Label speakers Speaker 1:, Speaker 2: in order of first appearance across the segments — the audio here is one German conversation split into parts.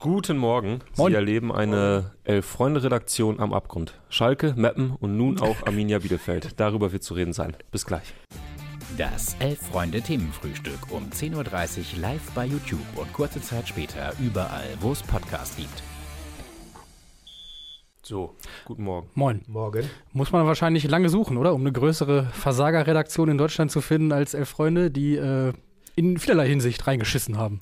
Speaker 1: Guten Morgen.
Speaker 2: Moin.
Speaker 1: Sie erleben eine Elf-Freunde-Redaktion am Abgrund. Schalke, Meppen und nun auch Arminia Bielefeld. Darüber wird zu reden sein. Bis gleich.
Speaker 3: Das Elf-Freunde-Themenfrühstück um 10.30 Uhr live bei YouTube und kurze Zeit später überall, wo es Podcasts gibt.
Speaker 1: So, guten Morgen.
Speaker 2: Moin.
Speaker 4: Morgen.
Speaker 2: Muss man wahrscheinlich lange suchen, oder? Um eine größere Versagerredaktion in Deutschland zu finden als Elf Freunde, die äh, in vielerlei Hinsicht reingeschissen haben.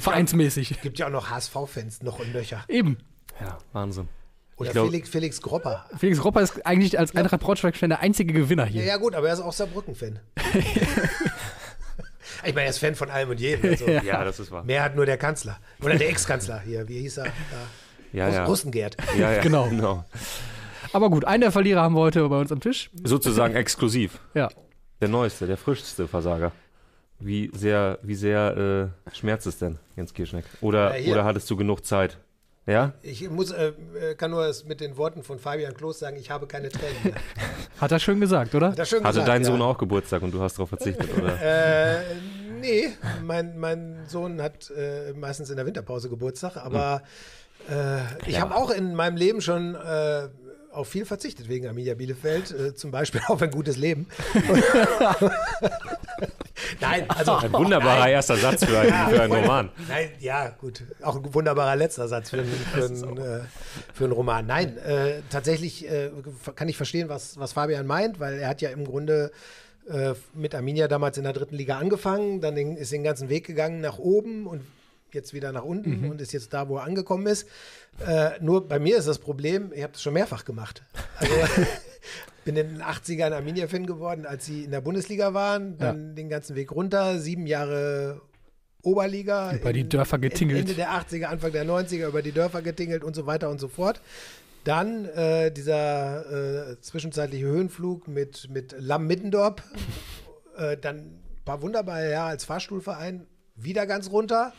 Speaker 2: Vereinsmäßig.
Speaker 4: Gibt ja auch noch HSV-Fans noch in Löcher.
Speaker 2: Eben.
Speaker 1: Ja, Wahnsinn.
Speaker 4: Oder
Speaker 1: glaub-
Speaker 4: Felix, Felix Gropper.
Speaker 2: Felix Ropper ist eigentlich als Eintracht Braunschweig-Fan der einzige Gewinner
Speaker 4: Ja,
Speaker 2: hier.
Speaker 4: ja, gut, aber er ist auch Saarbrücken-Fan. ich meine, er ist Fan von allem und jedem. Also.
Speaker 1: Ja, das ist wahr.
Speaker 4: Mehr hat nur der Kanzler. Oder der Ex-Kanzler hier. Wie hieß er?
Speaker 1: Ja,
Speaker 4: Ja, ja.
Speaker 1: ja.
Speaker 4: Russengerd.
Speaker 1: ja, ja.
Speaker 2: Genau.
Speaker 1: genau.
Speaker 2: Aber gut, einen der Verlierer haben wir heute bei uns am Tisch.
Speaker 1: Sozusagen exklusiv.
Speaker 2: Ja.
Speaker 1: Der neueste, der frischste Versager. Wie sehr, wie sehr äh, schmerzt es denn, Jens Kirschneck? Oder,
Speaker 4: Ja, hier.
Speaker 1: oder hattest du genug Zeit? Ja?
Speaker 4: Ich muss, äh, äh, kann nur es mit den Worten von Fabian Klos sagen, ich habe keine Tränen mehr. Hat
Speaker 2: Hat er schön gesagt, oder?
Speaker 4: er schön
Speaker 1: Hatte
Speaker 4: gesagt,
Speaker 1: dein
Speaker 4: ja.
Speaker 1: Sohn auch Geburtstag und du hast darauf verzichtet, oder?
Speaker 4: Äh, nee, mein, mein Sohn hat äh, meistens in der Winterpause Geburtstag, aber äh, ich habe auch in meinem Leben schon äh, auf viel verzichtet wegen Arminia Bielefeld, äh, zum Beispiel auf ein gutes Leben. Nein, also
Speaker 1: Ein wunderbarer erster Satz für einen, für einen Roman.
Speaker 4: Nein, ja, gut. Auch ein wunderbarer letzter Satz für einen, für einen, äh, für einen Roman. Nein, äh, tatsächlich äh, kann ich verstehen, was, was Fabian meint, weil er hat ja im Grunde äh, mit Arminia damals in der dritten Liga angefangen, dann den, ist den ganzen Weg gegangen nach oben und jetzt wieder nach unten
Speaker 1: Mhm.
Speaker 4: und ist jetzt da, wo er angekommen ist. Äh, nur bei mir ist das Problem, ich habe das schon mehrfach gemacht. Also, bin in den 80ern Arminia-Fan geworden, als sie in der Bundesliga waren, dann den ganzen Weg runter, sieben Jahre Oberliga.
Speaker 2: Über
Speaker 4: in-
Speaker 2: die Dörfer getingelt.
Speaker 4: Ende der 80er, Anfang der 90er, über die Dörfer getingelt und so weiter und so fort. Dann äh, dieser äh, zwischenzeitliche Höhenflug mit, mit Lamm Middendorp. äh, dann ein paar wunderbare Jahre als Fahrstuhlverein. Wieder ganz runter.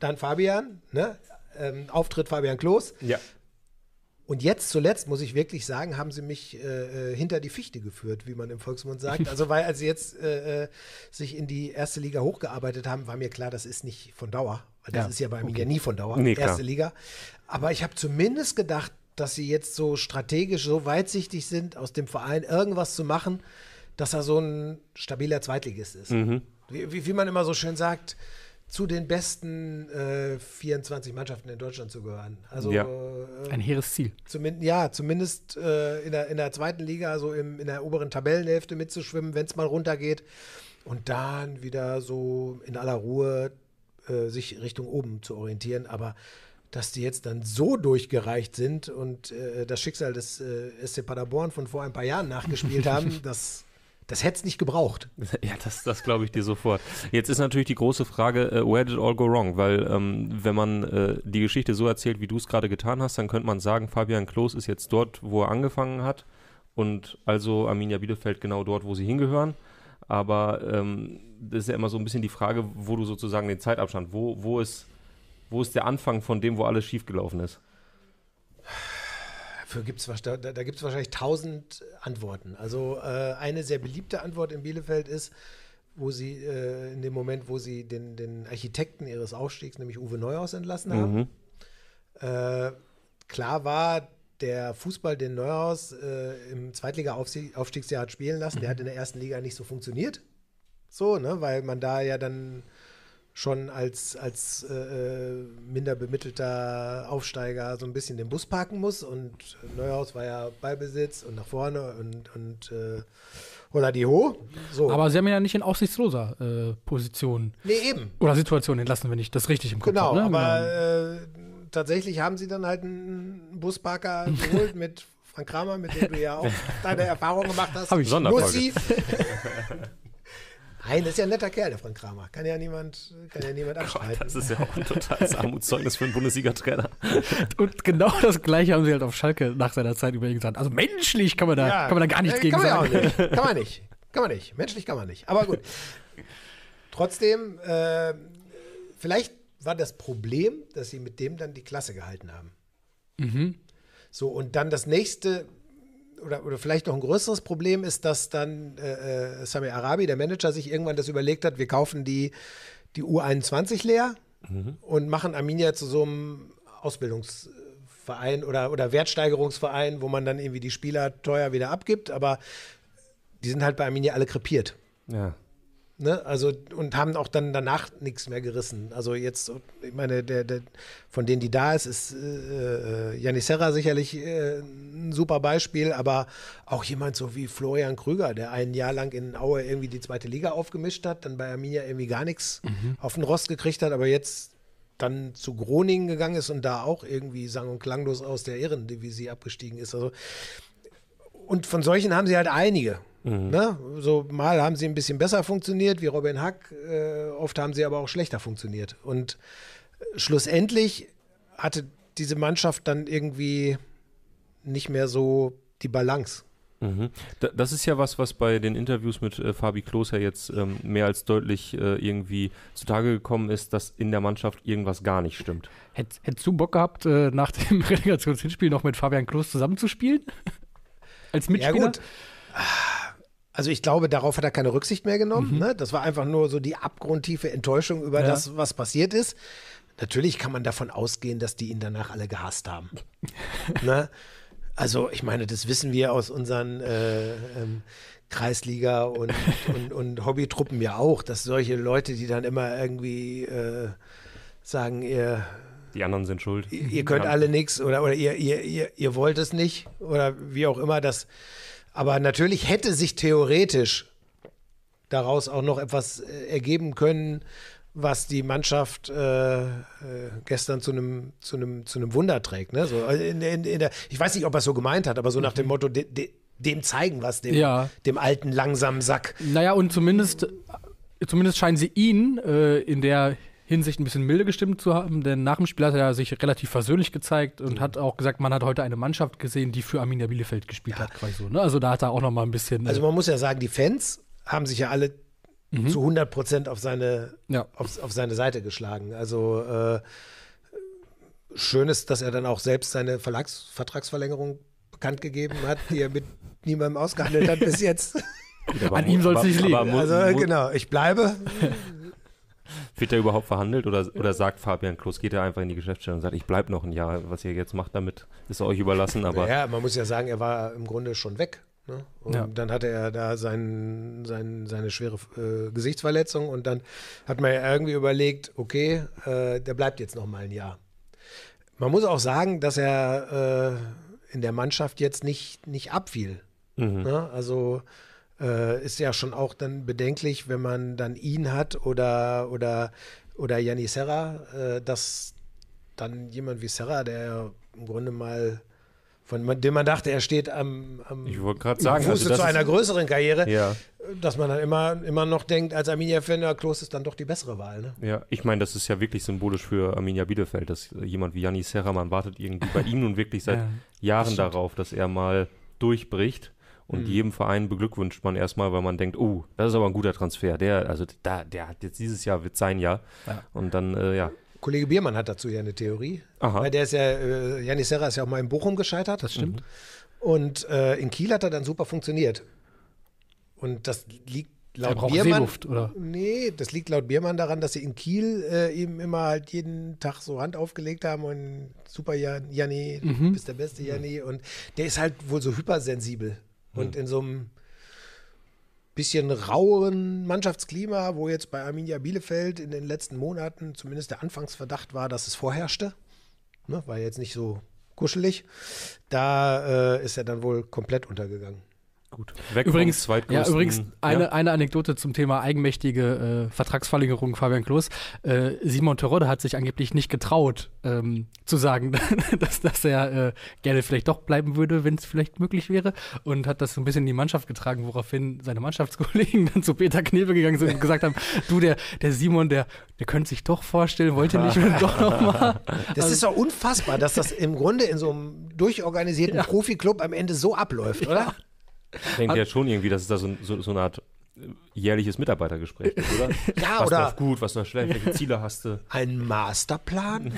Speaker 4: Dann Fabian, ne? ähm, Auftritt Fabian Klos.
Speaker 1: Ja.
Speaker 4: Und jetzt zuletzt, muss ich wirklich sagen, haben sie mich äh, äh, hinter die Fichte geführt, wie man im Volksmund sagt. Also weil als sie jetzt äh, äh, sich in die erste Liga hochgearbeitet haben, war mir klar, das ist nicht von Dauer. Weil das
Speaker 2: Ja,
Speaker 4: ist ja bei mir ja nie von Dauer,
Speaker 1: Nee, klar.
Speaker 4: erste Liga. Aber ich habe zumindest gedacht, dass sie jetzt so strategisch so weitsichtig sind, aus dem Verein irgendwas zu machen, dass er so ein stabiler Zweitligist ist.
Speaker 1: Mhm.
Speaker 4: Wie, wie, wie man immer so schön sagt, zu den besten äh, 24 Mannschaften in Deutschland zu gehören. Also
Speaker 1: Ja.
Speaker 4: äh,
Speaker 2: Ein hehres Ziel.
Speaker 4: Zumindest, ja, zumindest äh, in, der, in der zweiten Liga, also im, in der oberen Tabellenhälfte mitzuschwimmen, wenn es mal runtergeht. Und dann wieder so in aller Ruhe äh, sich Richtung oben zu orientieren. Aber dass die jetzt dann so durchgereicht sind und äh, das Schicksal des äh, SC Paderborn von vor ein paar Jahren nachgespielt haben, das, das hätte es nicht gebraucht.
Speaker 1: Ja, das, das glaube ich dir sofort. Jetzt ist natürlich die große Frage, äh, where did all go wrong? Weil ähm, wenn man äh, die Geschichte so erzählt, wie du es gerade getan hast, dann könnte man sagen, Fabian Klos ist jetzt dort, wo er angefangen hat und also Arminia Bielefeld genau dort, wo sie hingehören. Aber ähm, das ist ja immer so ein bisschen die Frage, wo du sozusagen den Zeitabstand, wo, wo, ist, wo ist der Anfang von dem, wo alles schiefgelaufen ist?
Speaker 4: Dafür gibt's, wahrsch- da da gibt es wahrscheinlich tausend Antworten. Also äh, eine sehr beliebte Antwort in Bielefeld ist, wo sie äh, in dem Moment, wo sie den, den Architekten ihres Aufstiegs, nämlich Uwe Neuhaus, entlassen
Speaker 1: Mhm.
Speaker 4: haben, äh, klar war, der Fußball, den Neuhaus äh, im Zweitliga-Aufstiegsjahr hat spielen lassen, der hat in der ersten Liga nicht so funktioniert. So, ne, weil man da ja dann schon als, als äh, äh, minder bemittelter Aufsteiger so ein bisschen den Bus parken muss. Und Neuhaus war ja Ballbesitz und nach vorne und, und äh, holla die ho. So.
Speaker 2: Aber sie haben ihn ja nicht in aussichtsloser äh, Position
Speaker 4: nee, eben.
Speaker 2: oder Situation entlassen, wenn ich das richtig im Kopf
Speaker 4: Genau,
Speaker 2: habe. ne?
Speaker 4: aber äh, tatsächlich haben sie dann halt einen Busparker geholt mit Frank Kramer, mit dem du ja auch deine Erfahrung gemacht hast.
Speaker 2: Hab ich.
Speaker 1: Sonderfolge.
Speaker 4: Nussi. Nein, das ist ja ein netter Kerl, der Frank Kramer. Kann ja niemand, kann ja niemand abschalten.
Speaker 1: Das ist ja auch ein totales Armutszeugnis für einen Bundesliga-Trainer.
Speaker 2: Und genau das gleiche haben sie halt auf Schalke nach seiner Zeit über ihn gesagt. Also menschlich kann man da, kann man da gar nichts
Speaker 4: äh,
Speaker 2: gegen
Speaker 4: kann man
Speaker 2: sagen.
Speaker 4: ja Auch nicht. Kann man nicht. Kann man nicht. Menschlich kann man nicht. Aber gut. Trotzdem, äh, vielleicht war das Problem, dass sie mit dem dann die Klasse gehalten haben.
Speaker 2: Mhm.
Speaker 4: So, und dann das nächste, oder, oder vielleicht noch ein größeres Problem ist, dass dann äh, äh, Sami Arabi, der Manager, sich irgendwann das überlegt hat, wir kaufen die, die U21 leer und machen Arminia zu so einem Ausbildungsverein oder, oder Wertsteigerungsverein, wo man dann irgendwie die Spieler teuer wieder abgibt, aber die sind halt bei Arminia alle krepiert.
Speaker 1: Ja.
Speaker 4: Ne? Also und haben auch dann danach nichts mehr gerissen. Also jetzt, ich meine, der, der von denen, die da ist, ist äh, Janis Serra sicherlich äh, ein super Beispiel, aber auch jemand so wie Florian Krüger, der ein Jahr lang in Aue irgendwie die zweite Liga aufgemischt hat, dann bei Arminia irgendwie gar nichts auf den Rost gekriegt hat, aber jetzt dann zu Groningen gegangen ist und da auch irgendwie sang- und klanglos aus der Ehrendivisie abgestiegen ist. Also und von solchen haben sie halt einige. Ne? So mal haben sie ein bisschen besser funktioniert, wie Robin Hack, äh, oft haben sie aber auch schlechter funktioniert. Und äh, schlussendlich hatte diese Mannschaft dann irgendwie nicht mehr so die Balance.
Speaker 1: Mhm. Da, das ist ja was, was bei den Interviews mit äh, Fabi Klose jetzt ähm, mehr als deutlich äh, irgendwie zutage gekommen ist, dass in der Mannschaft irgendwas gar nicht stimmt.
Speaker 2: Hätt, hättest du Bock gehabt, äh, nach dem Relegationshinspiel noch mit Fabian Klos zusammenzuspielen? Als Mitspieler?
Speaker 4: Ja, gut. Also ich glaube, darauf hat er keine Rücksicht mehr genommen. Ne? Das war einfach nur so die abgrundtiefe Enttäuschung über
Speaker 2: Ja.
Speaker 4: das, was passiert ist. Natürlich kann man davon ausgehen, dass die ihn danach alle gehasst haben. ne? Also ich meine, das wissen wir aus unseren äh, ähm, Kreisliga und, und, und Hobbytruppen ja auch, dass solche Leute, die dann immer irgendwie äh, sagen, ihr,
Speaker 1: Die anderen sind schuld.
Speaker 4: ihr ihr könnt
Speaker 1: Ja.
Speaker 4: alle nichts oder, oder ihr, ihr, ihr, ihr wollt es nicht oder wie auch immer das. Aber natürlich hätte sich theoretisch daraus auch noch etwas äh, ergeben können, was die Mannschaft äh, äh, gestern zu einem zu einem zu einem Wunder trägt. Ne? So, äh, in, in, in der, ich weiß nicht, ob er es so gemeint hat, aber so nach dem Motto, de, de, dem zeigen was, dem,
Speaker 2: Ja.
Speaker 4: dem alten langsamen Sack.
Speaker 2: Naja, und zumindest, äh, zumindest scheinen sie ihn äh, in der Hinsicht ein bisschen milde gestimmt zu haben, denn nach dem Spiel hat er sich relativ versöhnlich gezeigt und hat auch gesagt, man hat heute eine Mannschaft gesehen, die für Arminia Bielefeld gespielt hat, quasi so. Ne? Also da hat er auch noch mal ein bisschen. äh,
Speaker 4: Also man muss ja sagen, die Fans haben sich ja alle zu 100 Prozent auf seine
Speaker 2: ja.
Speaker 4: auf, auf seine Seite geschlagen. Also äh, schön ist, dass er dann auch selbst seine Verlags Vertragsverlängerung bekannt gegeben hat, die er mit niemandem ausgehandelt hat bis jetzt.
Speaker 2: An ihm soll's
Speaker 1: aber-
Speaker 2: nicht liegen.
Speaker 1: aber mu-
Speaker 4: Also
Speaker 1: mu-
Speaker 4: genau, ich bleibe.
Speaker 1: Wird da überhaupt verhandelt oder, oder sagt Fabian Klos, geht er einfach in die Geschäftsstelle und sagt, ich bleib noch ein Jahr, was ihr jetzt macht damit, ist euch überlassen, aber
Speaker 4: Ja, man muss ja sagen, er war im Grunde schon weg. Ne? Und
Speaker 2: Ja.
Speaker 4: dann hatte er da sein, sein, seine schwere äh, Gesichtsverletzung und dann hat man ja irgendwie überlegt, okay, äh, der bleibt jetzt noch mal ein Jahr. Man muss auch sagen, dass er äh, in der Mannschaft jetzt nicht, nicht abfiel.
Speaker 1: Hm.
Speaker 4: Ne? Also äh, ist ja schon auch dann bedenklich, wenn man dann ihn hat oder, oder, oder Yanni Serra, äh, dass dann jemand wie Serra, der im Grunde mal von man- dem man dachte, er steht am, am
Speaker 1: ich wollte gerade
Speaker 4: Fuße
Speaker 1: sagen, also das
Speaker 4: zu einer
Speaker 1: ist,
Speaker 4: größeren Karriere,
Speaker 1: ja,
Speaker 4: dass man dann immer, immer noch denkt, als Arminia-Fan, ja, Klos ist dann doch die bessere Wahl. Ne?
Speaker 1: ja, ich meine, das ist ja wirklich symbolisch für Arminia Bielefeld, dass äh, jemand wie Janni Serra, man wartet irgendwie bei ihm nun wirklich seit
Speaker 2: Ja,
Speaker 1: Jahren darauf, dass er mal durchbricht
Speaker 2: Mhm.
Speaker 1: und jedem Verein beglückwünscht man erstmal, weil man denkt, oh, das ist aber ein guter Transfer, der, also da, der hat jetzt dieses Jahr, wird sein Jahr und dann, äh, ja,
Speaker 4: Kollege Biermann hat dazu ja eine Theorie.
Speaker 1: Aha.
Speaker 4: Weil der ist ja, äh, Janis Serra ist ja auch mal in Bochum gescheitert. Das stimmt. Und äh, in Kiel hat er dann super funktioniert. Und das liegt
Speaker 2: er
Speaker 4: laut
Speaker 2: braucht
Speaker 4: Biermann.
Speaker 2: Seeluft, oder?
Speaker 4: Nee, das liegt laut Biermann daran, dass sie in Kiel äh, eben immer halt jeden Tag so Hand aufgelegt haben und super Jan- Janni, du bist der beste Janni. Und der ist halt wohl so hypersensibel. Und in so einem bisschen raueren Mannschaftsklima, wo jetzt bei Arminia Bielefeld in den letzten Monaten zumindest der Anfangsverdacht war, dass es vorherrschte, ne, war jetzt nicht so kuschelig, da äh, ist er dann wohl komplett untergegangen.
Speaker 1: gut. Weg
Speaker 2: Übrigens,
Speaker 1: vom
Speaker 2: ja,
Speaker 1: zweitgrößten-
Speaker 2: übrigens eine,
Speaker 1: ja?
Speaker 2: eine Anekdote zum Thema eigenmächtige äh, Vertragsverlängerung Fabian Klos. Äh, Simon Terodde hat sich angeblich nicht getraut, ähm, zu sagen, dass, dass er äh, gerne vielleicht doch bleiben würde, wenn es vielleicht möglich wäre. Und hat das so ein bisschen in die Mannschaft getragen, woraufhin seine Mannschaftskollegen dann zu Peter Knebel gegangen sind und gesagt haben, du, der, der Simon, der, der könnte sich doch vorstellen, wollte nicht und doch nochmal.
Speaker 4: Das
Speaker 2: Also
Speaker 4: ist doch unfassbar, dass das im Grunde in so einem durchorganisierten Profiklub am Ende so abläuft, oder?
Speaker 1: denkt ja schon irgendwie, dass es da so, so, so eine Art äh, jährliches
Speaker 2: Äh,
Speaker 1: Mitarbeitergespräch ist, oder?
Speaker 4: Ja,
Speaker 1: was
Speaker 4: oder
Speaker 1: läuft gut, was läuft schlecht, welche Ziele hast du?
Speaker 4: ein Masterplan?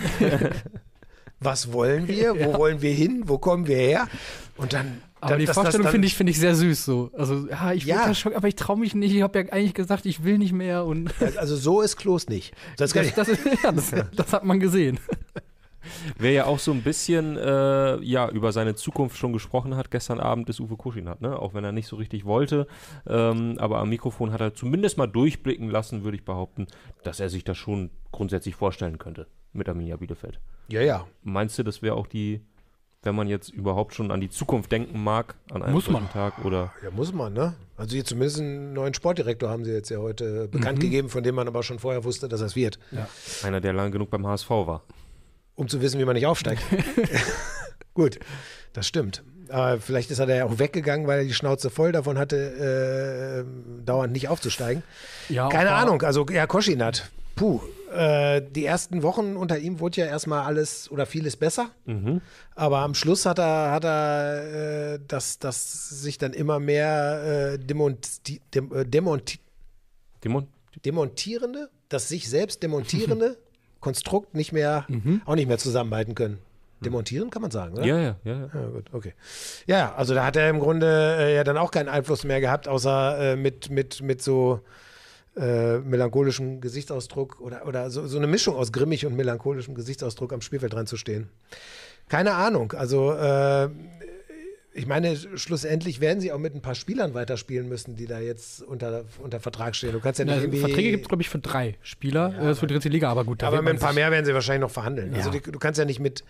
Speaker 4: Was wollen wir? Wo wollen wir hin? Wo kommen wir her? Und dann.
Speaker 2: Aber
Speaker 4: dann,
Speaker 2: die
Speaker 4: dass das
Speaker 2: Vorstellung
Speaker 4: dann-
Speaker 2: finde ich, finde ich sehr süß so. Also, ja, ich will
Speaker 4: Ja.
Speaker 2: das schon, aber ich traue mich nicht. Ich habe ja eigentlich gesagt, ich will nicht mehr und
Speaker 4: Also so ist Klos nicht. Das kann
Speaker 2: Das,
Speaker 4: ich,
Speaker 2: das, ja, das, das hat man gesehen.
Speaker 1: Wer ja auch so ein bisschen äh, ja, über seine Zukunft schon gesprochen hat, gestern Abend ist Uwe Kuschinat, ne? auch wenn er nicht so richtig wollte. Ähm, aber am Mikrofon hat er zumindest mal durchblicken lassen, würde ich behaupten, dass er sich das schon grundsätzlich vorstellen könnte mit Arminia Bielefeld.
Speaker 4: Ja, ja.
Speaker 1: Meinst du, das wäre auch die, wenn man jetzt überhaupt schon an die Zukunft denken mag, an einem
Speaker 2: Muss man.
Speaker 1: solchen Tag oder
Speaker 4: Ja, muss man, ne? Also hier zumindest einen neuen Sportdirektor haben sie jetzt ja heute bekannt gegeben, von dem man aber schon vorher wusste, dass das wird.
Speaker 1: einer, der lang genug beim HSV war?
Speaker 4: Um zu wissen, wie man nicht aufsteigt. Gut, das stimmt. Aber vielleicht ist er da ja auch weggegangen, weil er die Schnauze voll davon hatte, äh, dauernd nicht aufzusteigen.
Speaker 2: Ja,
Speaker 4: Keine
Speaker 2: aber-
Speaker 4: Ahnung, also ja, Koschinat. Puh, äh, die ersten Wochen unter ihm wurde ja erstmal alles oder vieles besser. Aber am Schluss hat er, hat er äh, das, das sich dann immer mehr äh, demonti dem, äh, demonti
Speaker 1: Demon?
Speaker 4: demontierende, das sich selbst demontierende Konstrukt nicht mehr,
Speaker 2: Mhm.
Speaker 4: auch nicht mehr zusammenhalten können. Demontieren kann man sagen, oder?
Speaker 1: Ja, ja, ja. ja.
Speaker 4: Ja, gut, okay. Ja, also da hat er im Grunde äh, ja dann auch keinen Einfluss mehr gehabt, außer äh, mit, mit, mit so äh, melancholischem Gesichtsausdruck oder, oder so, so eine Mischung aus grimmig und melancholischem Gesichtsausdruck am Spielfeld reinzustehen. Keine Ahnung. Also äh, ich meine, schlussendlich werden sie auch mit ein paar Spielern weiterspielen müssen, die da jetzt unter, unter Vertrag stehen. Du kannst ja nicht
Speaker 2: Na, also
Speaker 4: irgendwie
Speaker 2: Verträge gibt es, glaube ich, für drei Spieler. äh, das ist für die dritte Liga, aber gut. da
Speaker 4: aber
Speaker 2: wird
Speaker 4: mit
Speaker 2: man
Speaker 4: ein paar
Speaker 2: sich-
Speaker 4: mehr werden sie wahrscheinlich noch verhandeln. Also
Speaker 2: Ja.
Speaker 4: die, du kannst ja nicht mit,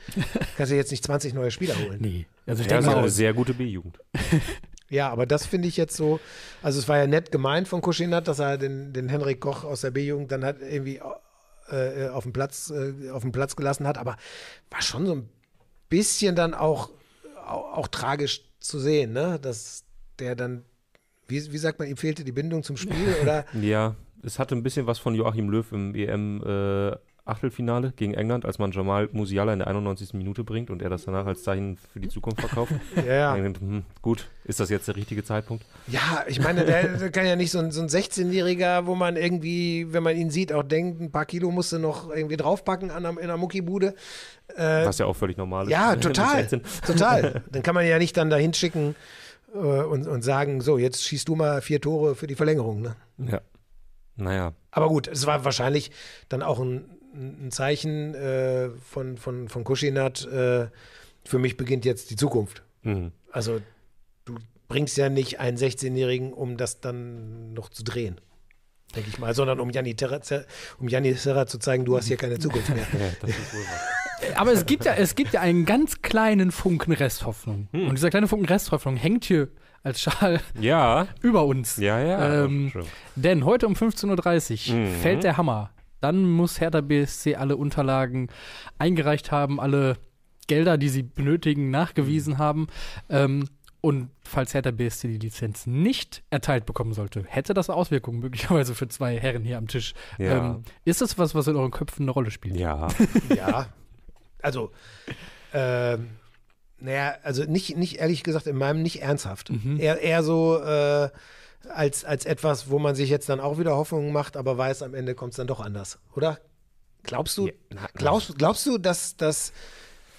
Speaker 4: kannst ja jetzt nicht 20 neue Spieler holen.
Speaker 2: Nee. Also ich
Speaker 1: Der ist
Speaker 2: denke mal,
Speaker 1: eine sehr gute B-Jugend.
Speaker 4: Ja, aber das finde ich jetzt so, also es war ja nett gemeint von Kuschinat, dass er den, den Henrik Koch aus der B-Jugend dann hat irgendwie äh, auf, dem Platz, äh, auf dem Platz gelassen hat, aber war schon so ein bisschen dann auch, auch, auch tragisch zu sehen, ne? dass der dann, wie, wie sagt man, ihm fehlte die Bindung zum Spiel oder
Speaker 1: Ja, es hatte ein bisschen was von Joachim Löw im EM äh, Achtelfinale gegen England, als man Jamal Musiala in der 91. Minute bringt und er das danach als Zeichen für die Zukunft verkauft.
Speaker 4: ja,
Speaker 1: Man
Speaker 4: ja.
Speaker 1: denkt, hm, gut, ist das jetzt der richtige Zeitpunkt?
Speaker 4: ja, ich meine, der, der kann ja nicht so ein, so ein 16-Jähriger, wo man irgendwie, wenn man ihn sieht, auch denkt, ein paar Kilo musste noch irgendwie draufpacken an, der- in der Muckibude.
Speaker 1: was ja auch völlig normal ist.
Speaker 4: Äh, Ja,
Speaker 1: Mit
Speaker 4: total.
Speaker 1: 16.
Speaker 4: total. Dann kann man ja nicht dann dahin schicken äh, und, und sagen, so, jetzt schießt du mal vier Tore für die Verlängerung. Ne?
Speaker 1: Ja. Naja,
Speaker 4: Aber gut, es war wahrscheinlich dann auch ein, ein Zeichen äh, von, von, von Kuschinat, äh, für mich beginnt jetzt die Zukunft.
Speaker 1: mhm.
Speaker 4: Also du bringst ja nicht einen 16-Jährigen, um das dann noch zu drehen. Denke ich mal, sondern um Janni Terra, um Janni Serra zu zeigen, du hast hier keine Zukunft mehr.
Speaker 1: ja, das ist wohl wahr.
Speaker 2: Aber es gibt ja, es gibt ja einen ganz kleinen Funken Resthoffnung.
Speaker 4: Hm.
Speaker 2: Und dieser kleine Funken Resthoffnung hängt hier als Schal
Speaker 1: Ja,
Speaker 2: über uns.
Speaker 1: ja, ja.
Speaker 2: Ähm,
Speaker 1: Schön.
Speaker 2: Denn heute um 15.30 Uhr
Speaker 1: Mhm.
Speaker 2: fällt der Hammer. Dann muss Hertha BSC alle Unterlagen eingereicht haben, alle Gelder, die sie benötigen,
Speaker 1: Mhm.
Speaker 2: nachgewiesen haben. Ähm, und falls Hertha BSC die Lizenz nicht erteilt bekommen sollte, hätte das Auswirkungen möglicherweise für zwei Herren hier am Tisch.
Speaker 1: Ja.
Speaker 2: Ähm, ist das was, was in euren Köpfen eine Rolle spielt?
Speaker 1: ja.
Speaker 4: Ja, also, ähm, naja, also nicht, nicht ehrlich gesagt in meinem nicht ernsthaft. Eher, eher so äh, als, als etwas, wo man sich jetzt dann auch wieder Hoffnungen macht, aber weiß, am Ende kommt es dann doch anders, oder? Glaubst du, glaubst, glaubst du, dass, dass,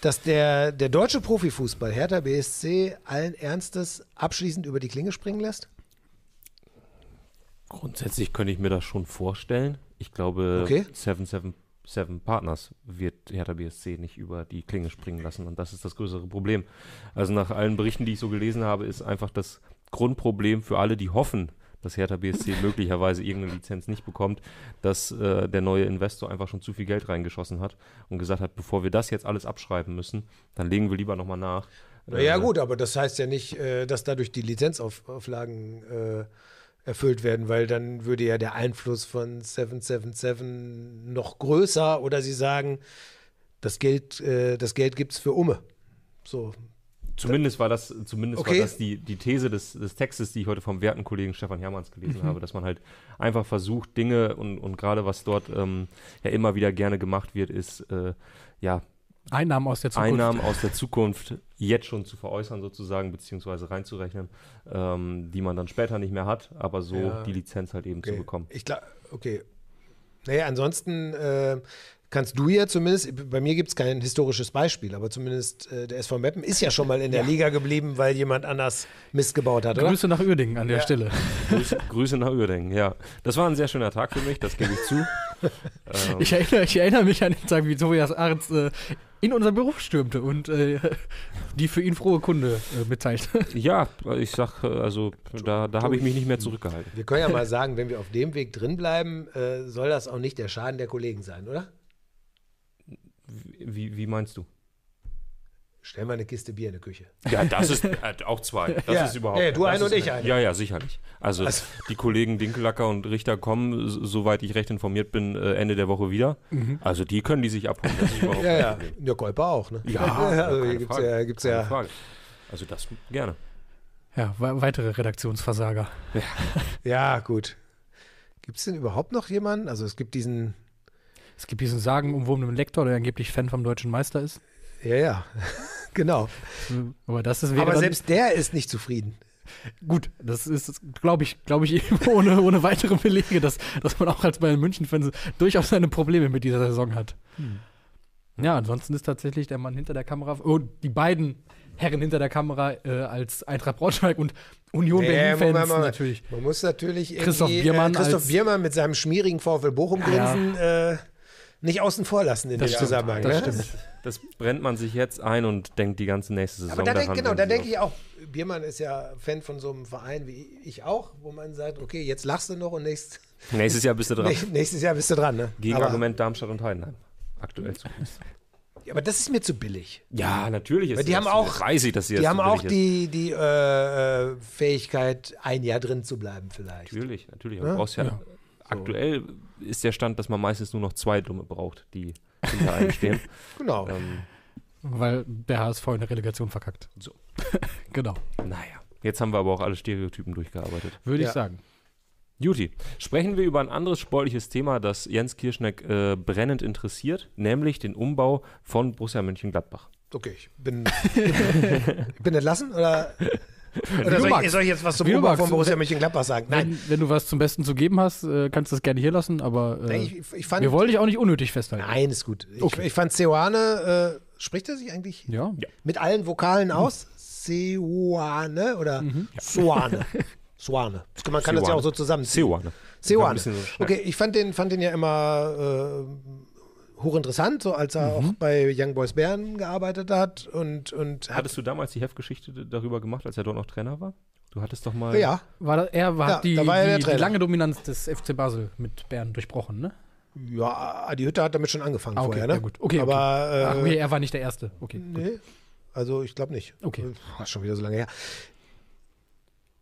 Speaker 4: dass der, der deutsche Profifußball Hertha BSC allen Ernstes abschließend über die Klinge springen lässt?
Speaker 1: Grundsätzlich könnte ich mir das schon vorstellen. Ich glaube,
Speaker 4: Okay.
Speaker 1: 777 Seven Partners wird Hertha BSC nicht über die Klinge springen lassen. Und das ist das größere Problem. Also nach allen Berichten, die ich so gelesen habe, ist einfach das Grundproblem für alle, die hoffen, dass Hertha BSC möglicherweise irgendeine Lizenz nicht bekommt, dass äh, der neue Investor einfach schon zu viel Geld reingeschossen hat und gesagt hat, bevor wir das jetzt alles abschreiben müssen, dann legen wir lieber nochmal nach. äh,
Speaker 4: Ja, gut, aber das heißt ja nicht, äh, dass dadurch die Lizenzauflagen äh, erfüllt werden, weil dann würde ja der Einfluss von 777 noch größer oder sie sagen, das Geld, äh, das Geld gibt es für Umme. So.
Speaker 1: Zumindest war das, zumindest
Speaker 4: Okay.
Speaker 1: war das die, die These des, des Textes, die ich heute vom werten Kollegen Stefan Hermanns gelesen habe, dass man halt einfach versucht, Dinge und, und gerade was dort ähm, ja immer wieder gerne gemacht wird, ist äh, ja
Speaker 2: Einnahmen aus der Zukunft.
Speaker 1: Einnahmen aus der Zukunft jetzt schon zu veräußern sozusagen, beziehungsweise reinzurechnen, ähm, die man dann später nicht mehr hat, aber so
Speaker 4: Ja.
Speaker 1: die Lizenz halt eben zu bekommen.
Speaker 4: Ich glaube, okay. Naja, ansonsten äh, kannst du ja zumindest, bei mir gibt es kein historisches Beispiel, aber zumindest äh, der SV Meppen ist ja schon mal in der Liga geblieben, weil jemand anders Mist gebaut hat, oder?
Speaker 2: Grüße nach Uerdingen an der Stelle.
Speaker 1: Grüße, Grüße nach Uerdingen, ja. Das war ein sehr schöner Tag für mich, das gebe ich zu.
Speaker 2: Ich erinnere, ich erinnere mich an den Tag, wie Tobias Arz äh, in unser Büro stürmte und äh, die für ihn frohe Kunde äh, mitteilte.
Speaker 1: Ja, ich sag, äh, also da, da habe ich mich nicht mehr zurückgehalten.
Speaker 4: Wir können ja mal sagen, wenn wir auf dem Weg drinbleiben, äh, soll das auch nicht der Schaden der Kollegen sein, oder?
Speaker 1: Wie, wie meinst du?
Speaker 4: Stell mal eine Kiste Bier in die Küche.
Speaker 1: Ja, das ist äh, auch zwei. Das
Speaker 4: Ja.
Speaker 1: ist überhaupt.
Speaker 4: Ja, ja, du
Speaker 1: das
Speaker 4: eine und
Speaker 1: ist-
Speaker 4: ich eine.
Speaker 1: Ja, ja, sicherlich. Also, die Kollegen Dinkelacker und Richter kommen, s- soweit ich recht informiert bin, äh, Ende der Woche wieder. Also die können die sich abholen. Das ist
Speaker 2: Oh.
Speaker 1: überhaupt
Speaker 4: Mhm. Ja,
Speaker 1: kein
Speaker 4: ja.
Speaker 1: Problem.
Speaker 4: Ja, Kolper auch, ne?
Speaker 1: Ja,
Speaker 4: also
Speaker 1: keine
Speaker 4: hier gibt's
Speaker 1: Frage,
Speaker 4: ja, gibt's
Speaker 1: keine
Speaker 4: ja
Speaker 1: Frage. Also das gerne.
Speaker 2: Ja, we weitere Redaktionsversager.
Speaker 4: Ja, gut. Gibt es denn überhaupt noch jemanden? Also es gibt diesen,
Speaker 2: Es gibt diesen sagenumwobenen Lektor, der angeblich Fan vom deutschen Meister ist.
Speaker 4: ja, ja, genau.
Speaker 2: Aber das ist
Speaker 4: Aber
Speaker 2: dann-
Speaker 4: selbst der ist nicht zufrieden.
Speaker 2: gut. Das ist, glaube ich, glaube ich, eben ohne, ohne weitere Belege, dass, dass man auch als Bayern München-Fan durchaus seine Probleme mit dieser Saison hat.
Speaker 4: Hm.
Speaker 2: Ja, ansonsten ist tatsächlich der Mann hinter der Kamera oh, die beiden Herren hinter der Kamera äh, als Eintracht Braunschweig und Union
Speaker 4: Nee, Moment,
Speaker 2: Berlin-Fans
Speaker 4: Moment.
Speaker 2: natürlich.
Speaker 4: Man muss natürlich irgendwie
Speaker 2: Christoph Biermann
Speaker 4: äh, Christoph
Speaker 2: als-
Speaker 4: Biermann mit seinem schmierigen VfL Bochum-Grinsen äh, nicht außen vor lassen in
Speaker 2: Das
Speaker 4: dem
Speaker 2: stimmt,
Speaker 4: Zusammenhang.
Speaker 2: das
Speaker 4: ne?
Speaker 2: stimmt.
Speaker 1: Das brennt man sich jetzt ein und denkt die ganze nächste Saison
Speaker 4: Aber da denk,
Speaker 1: daran.
Speaker 4: genau,
Speaker 1: wenn
Speaker 4: da
Speaker 1: sie
Speaker 4: denke ich auch, Biermann ist ja Fan von so einem Verein wie ich auch, wo man sagt, okay, jetzt lachst du noch und nächst,
Speaker 1: auf- Nächstes Jahr bist du dran.
Speaker 4: näch- nächstes Jahr bist du dran. Ne? Aber,
Speaker 1: Gegenargument Darmstadt und Heidenheim. Aktuell zumindest.
Speaker 4: aber das ist mir zu billig.
Speaker 1: Ja, natürlich ist
Speaker 4: Aber die
Speaker 1: das
Speaker 4: haben
Speaker 1: so.
Speaker 4: auch-
Speaker 1: weiß ich, dass sie
Speaker 4: Die
Speaker 1: das
Speaker 4: haben
Speaker 1: so
Speaker 4: auch
Speaker 1: billig
Speaker 4: die, die äh, äh, Fähigkeit, ein Jahr drin zu bleiben vielleicht.
Speaker 1: ist. Natürlich, natürlich. Aber du brauchst ja, Aktuell ist der Stand, dass man meistens nur noch zwei Dumme braucht, die hinter einem stehen.
Speaker 4: Genau.
Speaker 1: Ähm,
Speaker 2: Weil der HSV in der Relegation verkackt.
Speaker 1: So.
Speaker 2: genau,
Speaker 1: naja. Jetzt haben wir aber auch alle Stereotypen durchgearbeitet.
Speaker 2: würde
Speaker 4: Ja.
Speaker 2: ich sagen.
Speaker 1: Juti, sprechen wir über ein anderes sportliches Thema, das Jens Kirschneck äh, brennend interessiert, nämlich den Umbau von Borussia Mönchengladbach.
Speaker 4: Okay, ich bin, ich bin entlassen oder, oder
Speaker 2: du
Speaker 4: soll, ich,
Speaker 2: magst.
Speaker 4: soll ich jetzt was zum
Speaker 2: Wie du
Speaker 4: Umbau
Speaker 2: magst.
Speaker 4: von Borussia Mönchengladbach sagen? Nein,
Speaker 2: Wenn, wenn du was zum Besten zu geben hast, äh, kannst du das gerne hier lassen, aber äh,
Speaker 4: nein ich, ich fand.
Speaker 2: wir wollen dich auch nicht unnötig festhalten.
Speaker 4: nein, ist gut. Ich,
Speaker 2: Okay.
Speaker 4: ich fand Ceoane, äh, spricht er sich eigentlich
Speaker 2: Ja.
Speaker 4: mit allen Vokalen
Speaker 2: Mhm.
Speaker 4: aus? Ceoane oder Suane? Suane. Man kann das ja
Speaker 1: Seoane.
Speaker 4: auch so zusammenziehen.
Speaker 1: Seoane. Ein
Speaker 4: Seoane.
Speaker 1: bisschen so schneiden.
Speaker 4: okay, ich fand den, fand den ja immer äh, hochinteressant, so als er
Speaker 2: Mhm.
Speaker 4: auch bei Young Boys Bern gearbeitet hat und, und hat.
Speaker 1: Hattest du damals die Heftgeschichte d- darüber gemacht, als er dort noch Trainer war? Du hattest doch mal.
Speaker 4: Ja,
Speaker 2: War da, er war,
Speaker 4: Ja,
Speaker 2: hat die,
Speaker 4: da war er der
Speaker 2: die, die
Speaker 4: Trainer.
Speaker 2: lange Dominanz des FC Basel mit Bern durchbrochen, ne?
Speaker 4: ja, Adi Hütter hat damit schon angefangen
Speaker 2: Ah, okay,
Speaker 4: vorher, ne?
Speaker 2: ja, gut. Okay,
Speaker 4: Aber
Speaker 2: Ach,
Speaker 4: Äh,
Speaker 2: nee, er war nicht der Erste. Okay. gut.
Speaker 4: nee, also ich glaube nicht.
Speaker 2: Okay.
Speaker 4: War schon wieder so lange her.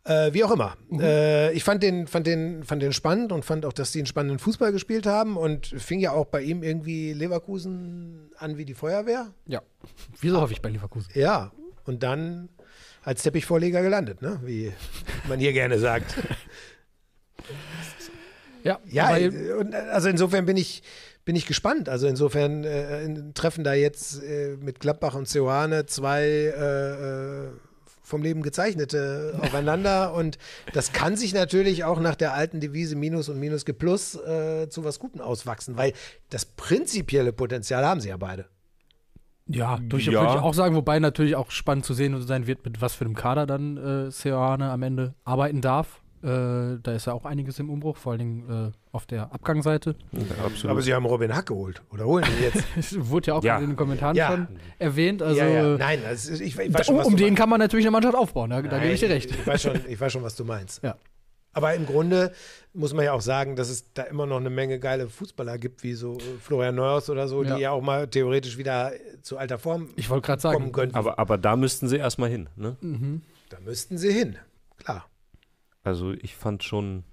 Speaker 4: Äh, wie auch immer. Äh, ich fand den, fand, den, fand den spannend und fand auch, dass die einen spannenden Fußball gespielt haben und fing ja auch bei ihm irgendwie Leverkusen an wie die Feuerwehr.
Speaker 2: Ja. Wieso hoffe ich bei Leverkusen?
Speaker 4: Ja, und dann als Teppichvorleger gelandet, ne? wie man hier gerne sagt.
Speaker 2: Ja,
Speaker 4: Ja,
Speaker 2: aber-
Speaker 4: äh, und äh, also insofern bin ich, bin ich gespannt. Also insofern äh, in, treffen da jetzt äh, mit Gladbach und Seoane zwei äh, äh, vom Leben gezeichnete aufeinander und das kann sich natürlich auch nach der alten Devise Minus und Minus gibt Plus äh, zu was Gutem auswachsen, weil das prinzipielle Potenzial haben sie ja beide.
Speaker 2: ja, durch,
Speaker 1: Ja.
Speaker 2: würde ich auch sagen, wobei natürlich auch spannend zu sehen sein wird, mit was für einem Kader dann äh, Seoane am Ende arbeiten darf. Äh, da ist ja auch einiges im Umbruch, vor allen Dingen äh, auf der Abgangseite.
Speaker 1: absolut.
Speaker 4: Aber sie haben Robin Hack geholt oder holen ihn jetzt.
Speaker 2: Es wurde ja auch
Speaker 1: Ja.
Speaker 2: in den Kommentaren
Speaker 4: Ja.
Speaker 2: schon erwähnt. Also,
Speaker 4: ja, ja.
Speaker 2: äh,
Speaker 4: Nein, das ist, ich, ich weiß schon,
Speaker 2: um,
Speaker 4: was
Speaker 2: um
Speaker 4: du
Speaker 2: den kann man natürlich eine Mannschaft aufbauen, ne? da, da
Speaker 4: Nein,
Speaker 2: gebe ich dir recht.
Speaker 4: Ich weiß, schon, ich weiß schon, was du meinst.
Speaker 2: Ja.
Speaker 4: Aber im Grunde muss man ja auch sagen, dass es da immer noch eine Menge geile Fußballer gibt, wie so äh, Florian Neuhaus oder so,
Speaker 2: Ja.
Speaker 4: die ja auch mal theoretisch wieder äh, zu alter Form
Speaker 2: Ich wollte gerade
Speaker 4: kommen
Speaker 2: sagen,
Speaker 4: könnten.
Speaker 1: Aber, aber da müssten sie erstmal hin. Ne?
Speaker 4: da müssten sie hin. Klar.
Speaker 1: Also ich fand schon ein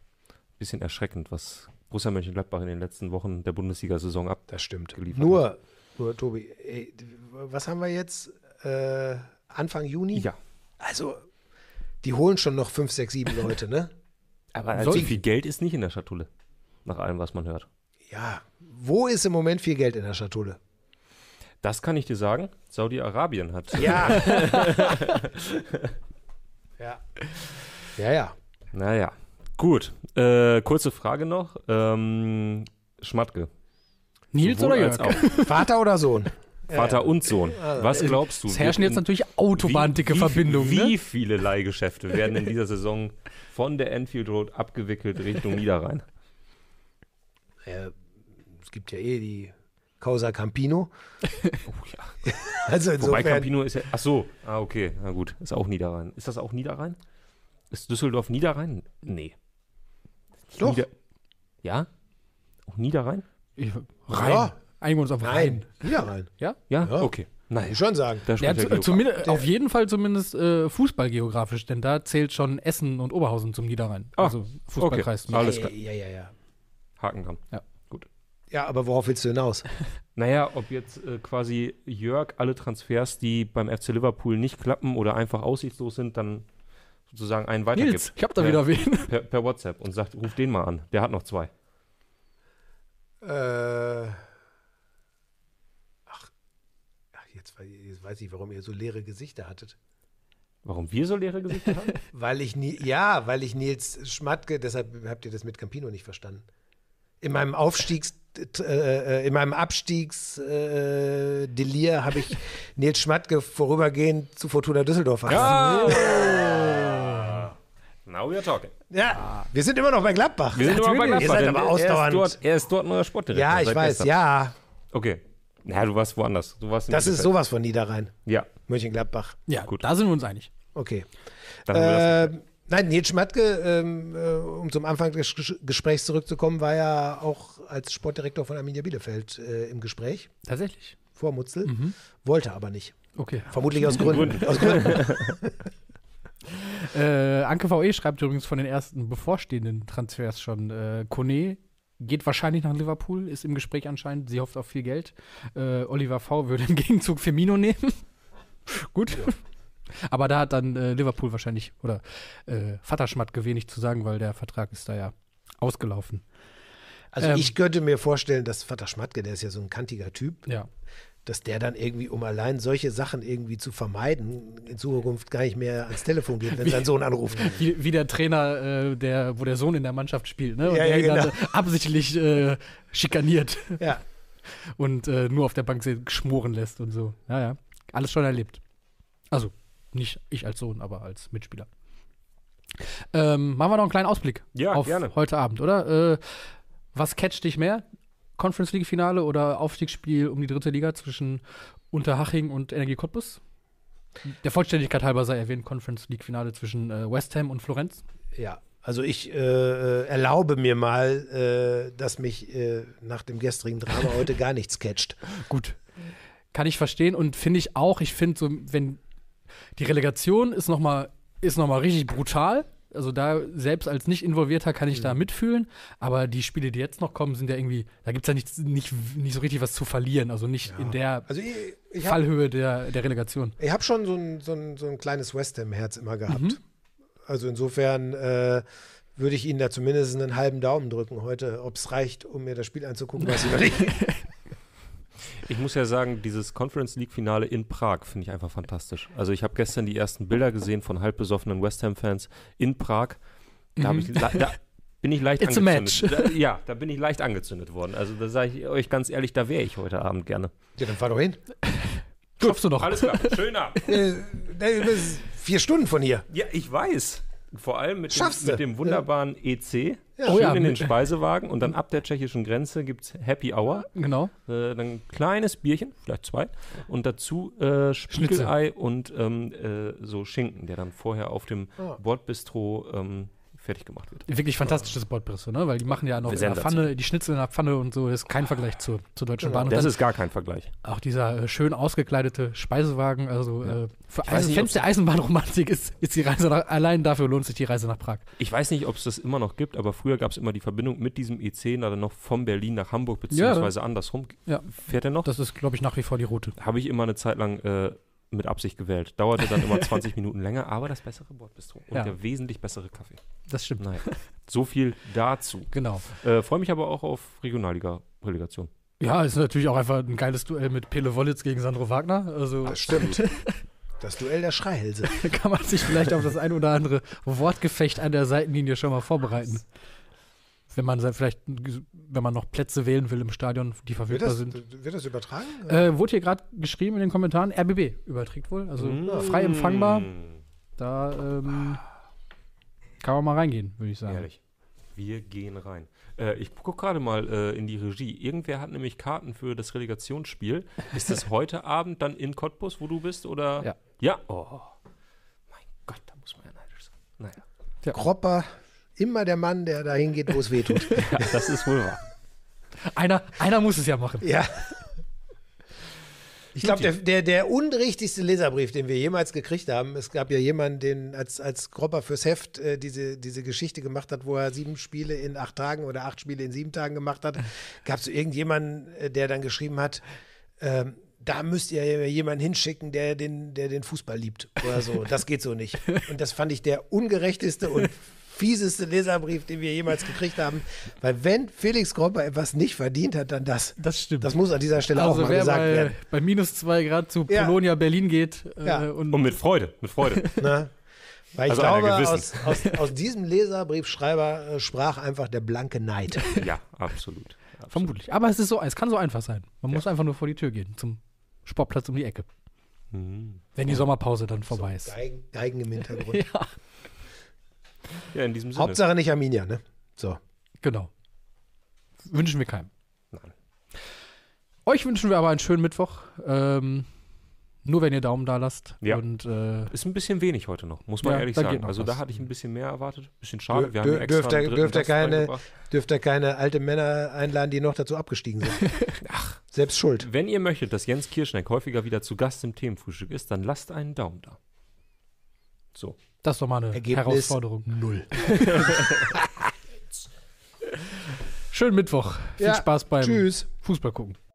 Speaker 1: bisschen erschreckend, was Borussia Mönchengladbach in den letzten Wochen der Bundesliga-Saison
Speaker 4: Das stimmt.
Speaker 1: abgeliefert hat.
Speaker 4: Nur, nur, Tobi, ey, d- was haben wir jetzt? Äh, Anfang Juni?
Speaker 1: Ja.
Speaker 4: Also, die holen schon noch fünf, sechs, sieben Leute, ne?
Speaker 1: Aber
Speaker 2: Soll-
Speaker 1: so viel Geld ist nicht in der Schatulle, nach allem, was man hört.
Speaker 4: Ja. Wo ist im Moment viel Geld in der Schatulle?
Speaker 1: Das kann ich dir sagen. Saudi-Arabien hat.
Speaker 4: Ja. ja. Ja, ja.
Speaker 1: Naja, gut. Äh, kurze Frage noch. Ähm, Schmatke.
Speaker 2: Nils
Speaker 1: Sowohl
Speaker 2: oder
Speaker 1: als
Speaker 2: Jörg?
Speaker 1: auch.
Speaker 4: Vater oder Sohn?
Speaker 1: Vater und Sohn. Was glaubst du?
Speaker 2: Es herrschen jetzt
Speaker 1: wird-
Speaker 2: natürlich autobahndicke
Speaker 1: wie,
Speaker 2: Verbindungen.
Speaker 1: Wie
Speaker 2: ne?
Speaker 1: viele Leihgeschäfte werden in dieser Saison von der Enfield Road abgewickelt Richtung Niederrhein?
Speaker 4: Äh, es gibt ja eh die Causa Campino.
Speaker 1: Oh, ja.
Speaker 4: Also
Speaker 1: Wobei
Speaker 4: insofern,
Speaker 1: Campino ist ja. Ach so. Ah, okay. Na gut. Ist auch Niederrhein. Ist das auch Niederrhein? Ist Düsseldorf Niederrhein? Nee.
Speaker 4: Doch.
Speaker 1: Nieder ja? Auch Niederrhein?
Speaker 2: Ich, rein.
Speaker 4: Ja.
Speaker 2: Einigen wir uns auf
Speaker 4: nein,
Speaker 2: rein.
Speaker 4: Niederrhein.
Speaker 2: Ja?
Speaker 1: Ja?
Speaker 4: Ja.
Speaker 1: Okay.
Speaker 4: Kann
Speaker 1: Nein.
Speaker 4: ich schon sagen.
Speaker 1: Da
Speaker 2: Ja,
Speaker 1: spricht
Speaker 2: zu,
Speaker 1: der Geograf.
Speaker 2: zumindest, auf jeden Fall zumindest äh, fußballgeografisch, denn da zählt schon Essen und Oberhausen zum Niederrhein.
Speaker 1: Ah,
Speaker 2: also Fußballkreis.
Speaker 1: okay. Alles
Speaker 4: ja,
Speaker 1: klar.
Speaker 4: Ja, ja, ja.
Speaker 1: Haken dran.
Speaker 4: Ja, aber worauf willst du hinaus?
Speaker 1: Naja, ob jetzt äh, quasi Jörg alle Transfers, die beim FC Liverpool nicht klappen oder einfach aussichtslos sind, dann sozusagen einen weitergibt.
Speaker 2: Nils, ich hab da
Speaker 1: Ja.
Speaker 2: wieder wen.
Speaker 1: Per, per WhatsApp und sagt, ruf den mal an. Der hat noch zwei.
Speaker 4: Äh, ach, ach jetzt, wei- jetzt weiß ich, warum ihr so leere Gesichter hattet.
Speaker 1: Warum wir so leere Gesichter haben?
Speaker 4: Weil ich nie, ja, weil ich Nils Schmatke, deshalb habt ihr das mit Campino nicht verstanden. In meinem Aufstiegs, äh, äh, in meinem Abstiegsdelir äh, Delir habe ich Nils Schmatke vorübergehend zu Fortuna Düsseldorf verraten.
Speaker 1: Now we are talking.
Speaker 4: Ja, wir sind immer noch bei Gladbach.
Speaker 1: Wir sind immer bei Gladbach,
Speaker 4: Ihr seid
Speaker 1: denn
Speaker 4: aber
Speaker 1: Er ist
Speaker 4: ausdauernd.
Speaker 1: dort, er ist dort neuer Sportdirektor.
Speaker 4: ja, ich
Speaker 1: seit
Speaker 4: weiß,
Speaker 1: gestern.
Speaker 4: ja.
Speaker 1: Okay. Naja, du warst woanders. Du warst in
Speaker 4: Das ist
Speaker 1: Bielefeld.
Speaker 4: sowas von Niederrhein,
Speaker 1: Ja,
Speaker 4: Mönchengladbach.
Speaker 2: Ja,
Speaker 1: Gut.
Speaker 2: da sind wir uns einig.
Speaker 4: Okay.
Speaker 1: dann haben wir das.
Speaker 4: Ähm, nein, Nils Schmatke, ähm, äh, um zum Anfang des Ges- Gesprächs zurückzukommen, war ja auch als Sportdirektor von Arminia Bielefeld äh, im Gespräch
Speaker 2: Tatsächlich.
Speaker 4: vor Mutzel, wollte aber nicht.
Speaker 2: Okay.
Speaker 4: Vermutlich aus Gründen. Aus Gründen.
Speaker 2: Äh, Anke VE schreibt übrigens von den ersten bevorstehenden Transfers schon. Äh, Kone geht wahrscheinlich nach Liverpool, ist im Gespräch anscheinend. Sie hofft auf viel Geld. Äh, Oliver V würde im Gegenzug Firmino nehmen. Gut. Aber da hat dann äh, Liverpool wahrscheinlich oder äh, Vater Schmatke wenig zu sagen, weil der Vertrag ist da ja ausgelaufen.
Speaker 4: Also
Speaker 2: Ähm.
Speaker 4: ich könnte mir vorstellen, dass Vater Schmatke, der ist ja so ein kantiger Typ,
Speaker 2: Ja.
Speaker 4: dass der dann irgendwie, um allein solche Sachen irgendwie zu vermeiden, in Zukunft gar nicht mehr ans Telefon geht, wenn sein Sohn anruft.
Speaker 2: Wie, wie der Trainer, äh, der, wo der Sohn in der Mannschaft spielt, ne? Und
Speaker 4: Ja,
Speaker 2: der
Speaker 4: ja,
Speaker 2: ihn dann,
Speaker 4: genau.
Speaker 2: äh, absichtlich äh, schikaniert
Speaker 4: Ja.
Speaker 2: und äh, nur auf der Bank se- schmoren lässt und so. Ja, ja. Alles schon erlebt. Also, nicht ich als Sohn, aber als Mitspieler. Ähm, machen wir noch einen kleinen Ausblick
Speaker 1: Ja,
Speaker 2: auf
Speaker 1: gerne.
Speaker 2: heute Abend, oder? Äh, was catcht dich mehr? Conference League Finale oder Aufstiegsspiel um die dritte Liga zwischen Unterhaching und Energie Cottbus? Der Vollständigkeit halber sei erwähnt, Conference League Finale zwischen äh, West Ham und Florenz.
Speaker 4: Ja, also ich äh, erlaube mir mal, äh, dass mich äh, nach dem gestrigen Drama heute gar nichts catcht.
Speaker 2: Gut. Kann ich verstehen und finde ich auch, ich finde so, wenn die Relegation ist nochmal ist noch mal richtig brutal. Also da selbst als nicht involvierter kann ich
Speaker 4: Mhm.
Speaker 2: da mitfühlen, aber die Spiele, die jetzt noch kommen, sind ja irgendwie, da gibt es ja nicht, nicht, nicht so richtig was zu verlieren, also nicht in der
Speaker 4: Also ich, ich habe
Speaker 2: Fallhöhe der, der Relegation.
Speaker 4: ich hab schon so ein, so, ein, so ein kleines West Ham-Herz immer gehabt. Also insofern äh, würde ich Ihnen da zumindest einen halben Daumen drücken heute. Ob es reicht, um mir das Spiel anzugucken, weiß ich noch nicht.
Speaker 1: Ich muss ja sagen, dieses Conference League Finale in Prag finde ich einfach fantastisch. Also ich habe gestern die ersten Bilder gesehen von halbbesoffenen West Ham Fans in Prag. Da, hab ich,
Speaker 4: Mhm.
Speaker 1: le- da bin ich leicht
Speaker 2: It's a
Speaker 1: angezündet. Da, ja, da bin ich leicht angezündet worden. Also da sage ich euch ganz ehrlich, da wäre ich heute Abend gerne.
Speaker 4: Ja, dann fahr doch hin.
Speaker 2: Schaffst du doch.
Speaker 1: Alles klar, schöner.
Speaker 4: Äh, das ist vier Stunden von hier.
Speaker 1: Ja, ich weiß. Vor allem mit, dem,
Speaker 4: Schaffst du.
Speaker 1: mit dem wunderbaren EC.
Speaker 4: Ja.
Speaker 1: Schön
Speaker 2: Oh ja,
Speaker 1: in den
Speaker 2: mit-
Speaker 1: Speisewagen und dann ab der tschechischen Grenze gibt es Happy Hour.
Speaker 2: Genau.
Speaker 1: Äh, dann ein kleines Bierchen, vielleicht zwei. Und dazu äh, Spiegelei und ähm, äh, so Schinken, der dann vorher auf dem
Speaker 4: Ah.
Speaker 1: Bordbistro ähm, fertig gemacht wird.
Speaker 2: Wirklich fantastisches Bordbrüste, ne? Weil die machen ja noch in der
Speaker 1: Sensation.
Speaker 2: Pfanne, die Schnitzel in der Pfanne und so, ist
Speaker 4: Ah.
Speaker 2: kein Vergleich zur, zur Deutschen Bahn. Und
Speaker 1: Das
Speaker 2: dann
Speaker 1: ist gar kein Vergleich.
Speaker 2: Auch dieser äh, schön ausgekleidete Speisewagen, also äh, für
Speaker 1: weiß
Speaker 2: Eisen,
Speaker 1: nicht,
Speaker 2: Fans
Speaker 1: ob's-
Speaker 2: der Eisenbahnromantik ist, ist die Reise nach, allein dafür lohnt sich die Reise nach Prag.
Speaker 1: Ich weiß nicht, ob es das immer noch gibt, aber früher gab es immer die Verbindung mit diesem EC dann noch von Berlin nach Hamburg, beziehungsweise andersrum.
Speaker 2: Ja.
Speaker 1: Fährt er noch?
Speaker 2: Das ist, glaube ich, nach wie vor die Route.
Speaker 1: Habe ich immer eine Zeit lang äh, mit Absicht gewählt. Dauerte dann immer 20 Minuten länger, aber das bessere Bordbistro und
Speaker 2: Ja.
Speaker 1: der wesentlich bessere Kaffee.
Speaker 2: Das stimmt.
Speaker 1: Nein. So viel dazu.
Speaker 2: Genau.
Speaker 1: Äh, Freue mich aber auch auf Regionalliga-Relegation.
Speaker 2: Ja, ist natürlich auch einfach ein geiles Duell mit Pele Wollitz gegen Sandro Wagner. Also
Speaker 4: Das stimmt. Das Duell der Schreihälse.
Speaker 2: da kann man sich vielleicht auf das ein oder andere Wortgefecht an der Seitenlinie schon mal vorbereiten. Wenn man se- vielleicht, wenn man noch Plätze wählen will im Stadion, die
Speaker 4: Wird
Speaker 2: verfügbar
Speaker 4: das,
Speaker 2: sind.
Speaker 4: wird das übertragen?
Speaker 2: Äh, wurde hier gerade geschrieben in den Kommentaren, RBB überträgt wohl, also
Speaker 1: Mhm.
Speaker 2: frei
Speaker 1: Mm,
Speaker 2: empfangbar. Da ähm, kann man mal reingehen, würde ich sagen.
Speaker 1: Ehrlich. Wir gehen rein. Äh, ich gucke gerade mal äh, in die Regie. Irgendwer hat nämlich Karten für das Relegationsspiel. Ist das heute Abend dann in Cottbus, wo du bist? Oder?
Speaker 2: Ja.
Speaker 1: Ja. Oh. Mein Gott, da muss man ja neidisch sein. Naja.
Speaker 4: Kropper, immer der Mann, der dahin geht, wo es weh tut.
Speaker 1: Ja, das ist wohl wahr.
Speaker 2: Einer, einer muss es ja machen.
Speaker 4: ja. Ich glaube, der, der, der unrichtigste Leserbrief, den wir jemals gekriegt haben, es gab ja jemanden, den als, als Kropper fürs Heft äh, diese, diese Geschichte gemacht hat, wo er sieben Spiele in acht Tagen oder acht Spiele in sieben Tagen gemacht hat, gab es so irgendjemanden, äh, der dann geschrieben hat, ähm, da müsst ihr jemanden hinschicken, der den, der den Fußball liebt oder so. Das geht so nicht. Und das fand ich der ungerechteste und fieseste Leserbrief, den wir jemals gekriegt haben. Weil wenn Felix Kropper etwas nicht verdient hat, dann das.
Speaker 2: Das stimmt.
Speaker 4: Das muss an dieser Stelle auch
Speaker 2: also
Speaker 4: mal
Speaker 2: wer
Speaker 4: gesagt
Speaker 2: bei,
Speaker 4: werden.
Speaker 2: bei minus zwei Grad zu
Speaker 4: Ja.
Speaker 2: Polonia Berlin geht äh,
Speaker 4: Ja.
Speaker 2: und,
Speaker 1: Und mit Freude, mit Freude.
Speaker 4: Ne? Weil ich
Speaker 1: Also einer
Speaker 4: glaube,
Speaker 1: gewissen.
Speaker 4: aus, aus, aus diesem Leserbriefschreiber äh, sprach einfach der blanke Neid.
Speaker 1: ja, absolut.
Speaker 2: vermutlich. Aber es ist so, es kann so einfach sein. Man muss einfach nur vor die Tür gehen zum Sportplatz um die Ecke,
Speaker 1: Mhm.
Speaker 2: wenn die Sommerpause dann vorbei ist.
Speaker 4: Geigen, Geigen im Hintergrund.
Speaker 2: Ja,
Speaker 1: Ja, in diesem Sinne.
Speaker 4: Hauptsache nicht Arminia, ne? So.
Speaker 2: genau. Wünschen wir keinem.
Speaker 1: Nein.
Speaker 2: Euch wünschen wir aber einen schönen Mittwoch. Ähm, nur wenn ihr Daumen da lasst.
Speaker 1: Ja.
Speaker 2: Und äh,
Speaker 1: Ist ein bisschen wenig heute noch, muss man
Speaker 2: Ja,
Speaker 1: ehrlich
Speaker 2: da geht
Speaker 1: sagen.
Speaker 2: noch
Speaker 1: Also
Speaker 2: was.
Speaker 1: da hatte ich ein bisschen mehr erwartet. Bisschen schade. Wir
Speaker 4: Dür-
Speaker 1: haben ja extra
Speaker 4: dürft
Speaker 1: einen
Speaker 4: er-
Speaker 1: dritten
Speaker 4: dürft er
Speaker 1: Gast
Speaker 4: keine-
Speaker 1: reingebracht.
Speaker 4: Dürft ihr keine alten Männer einladen, die noch dazu abgestiegen sind. Ach. Selbst schuld.
Speaker 1: Wenn ihr möchtet, dass Jens Kirschneck häufiger wieder zu Gast im Themenfrühstück ist, dann lasst einen Daumen da. So.
Speaker 2: das ist doch mal eine
Speaker 4: Ergebnis-
Speaker 2: Herausforderung.
Speaker 4: Null.
Speaker 2: Schönen Mittwoch. Viel
Speaker 4: Ja,
Speaker 2: Spaß beim
Speaker 4: Tschüss.
Speaker 2: Fußball gucken.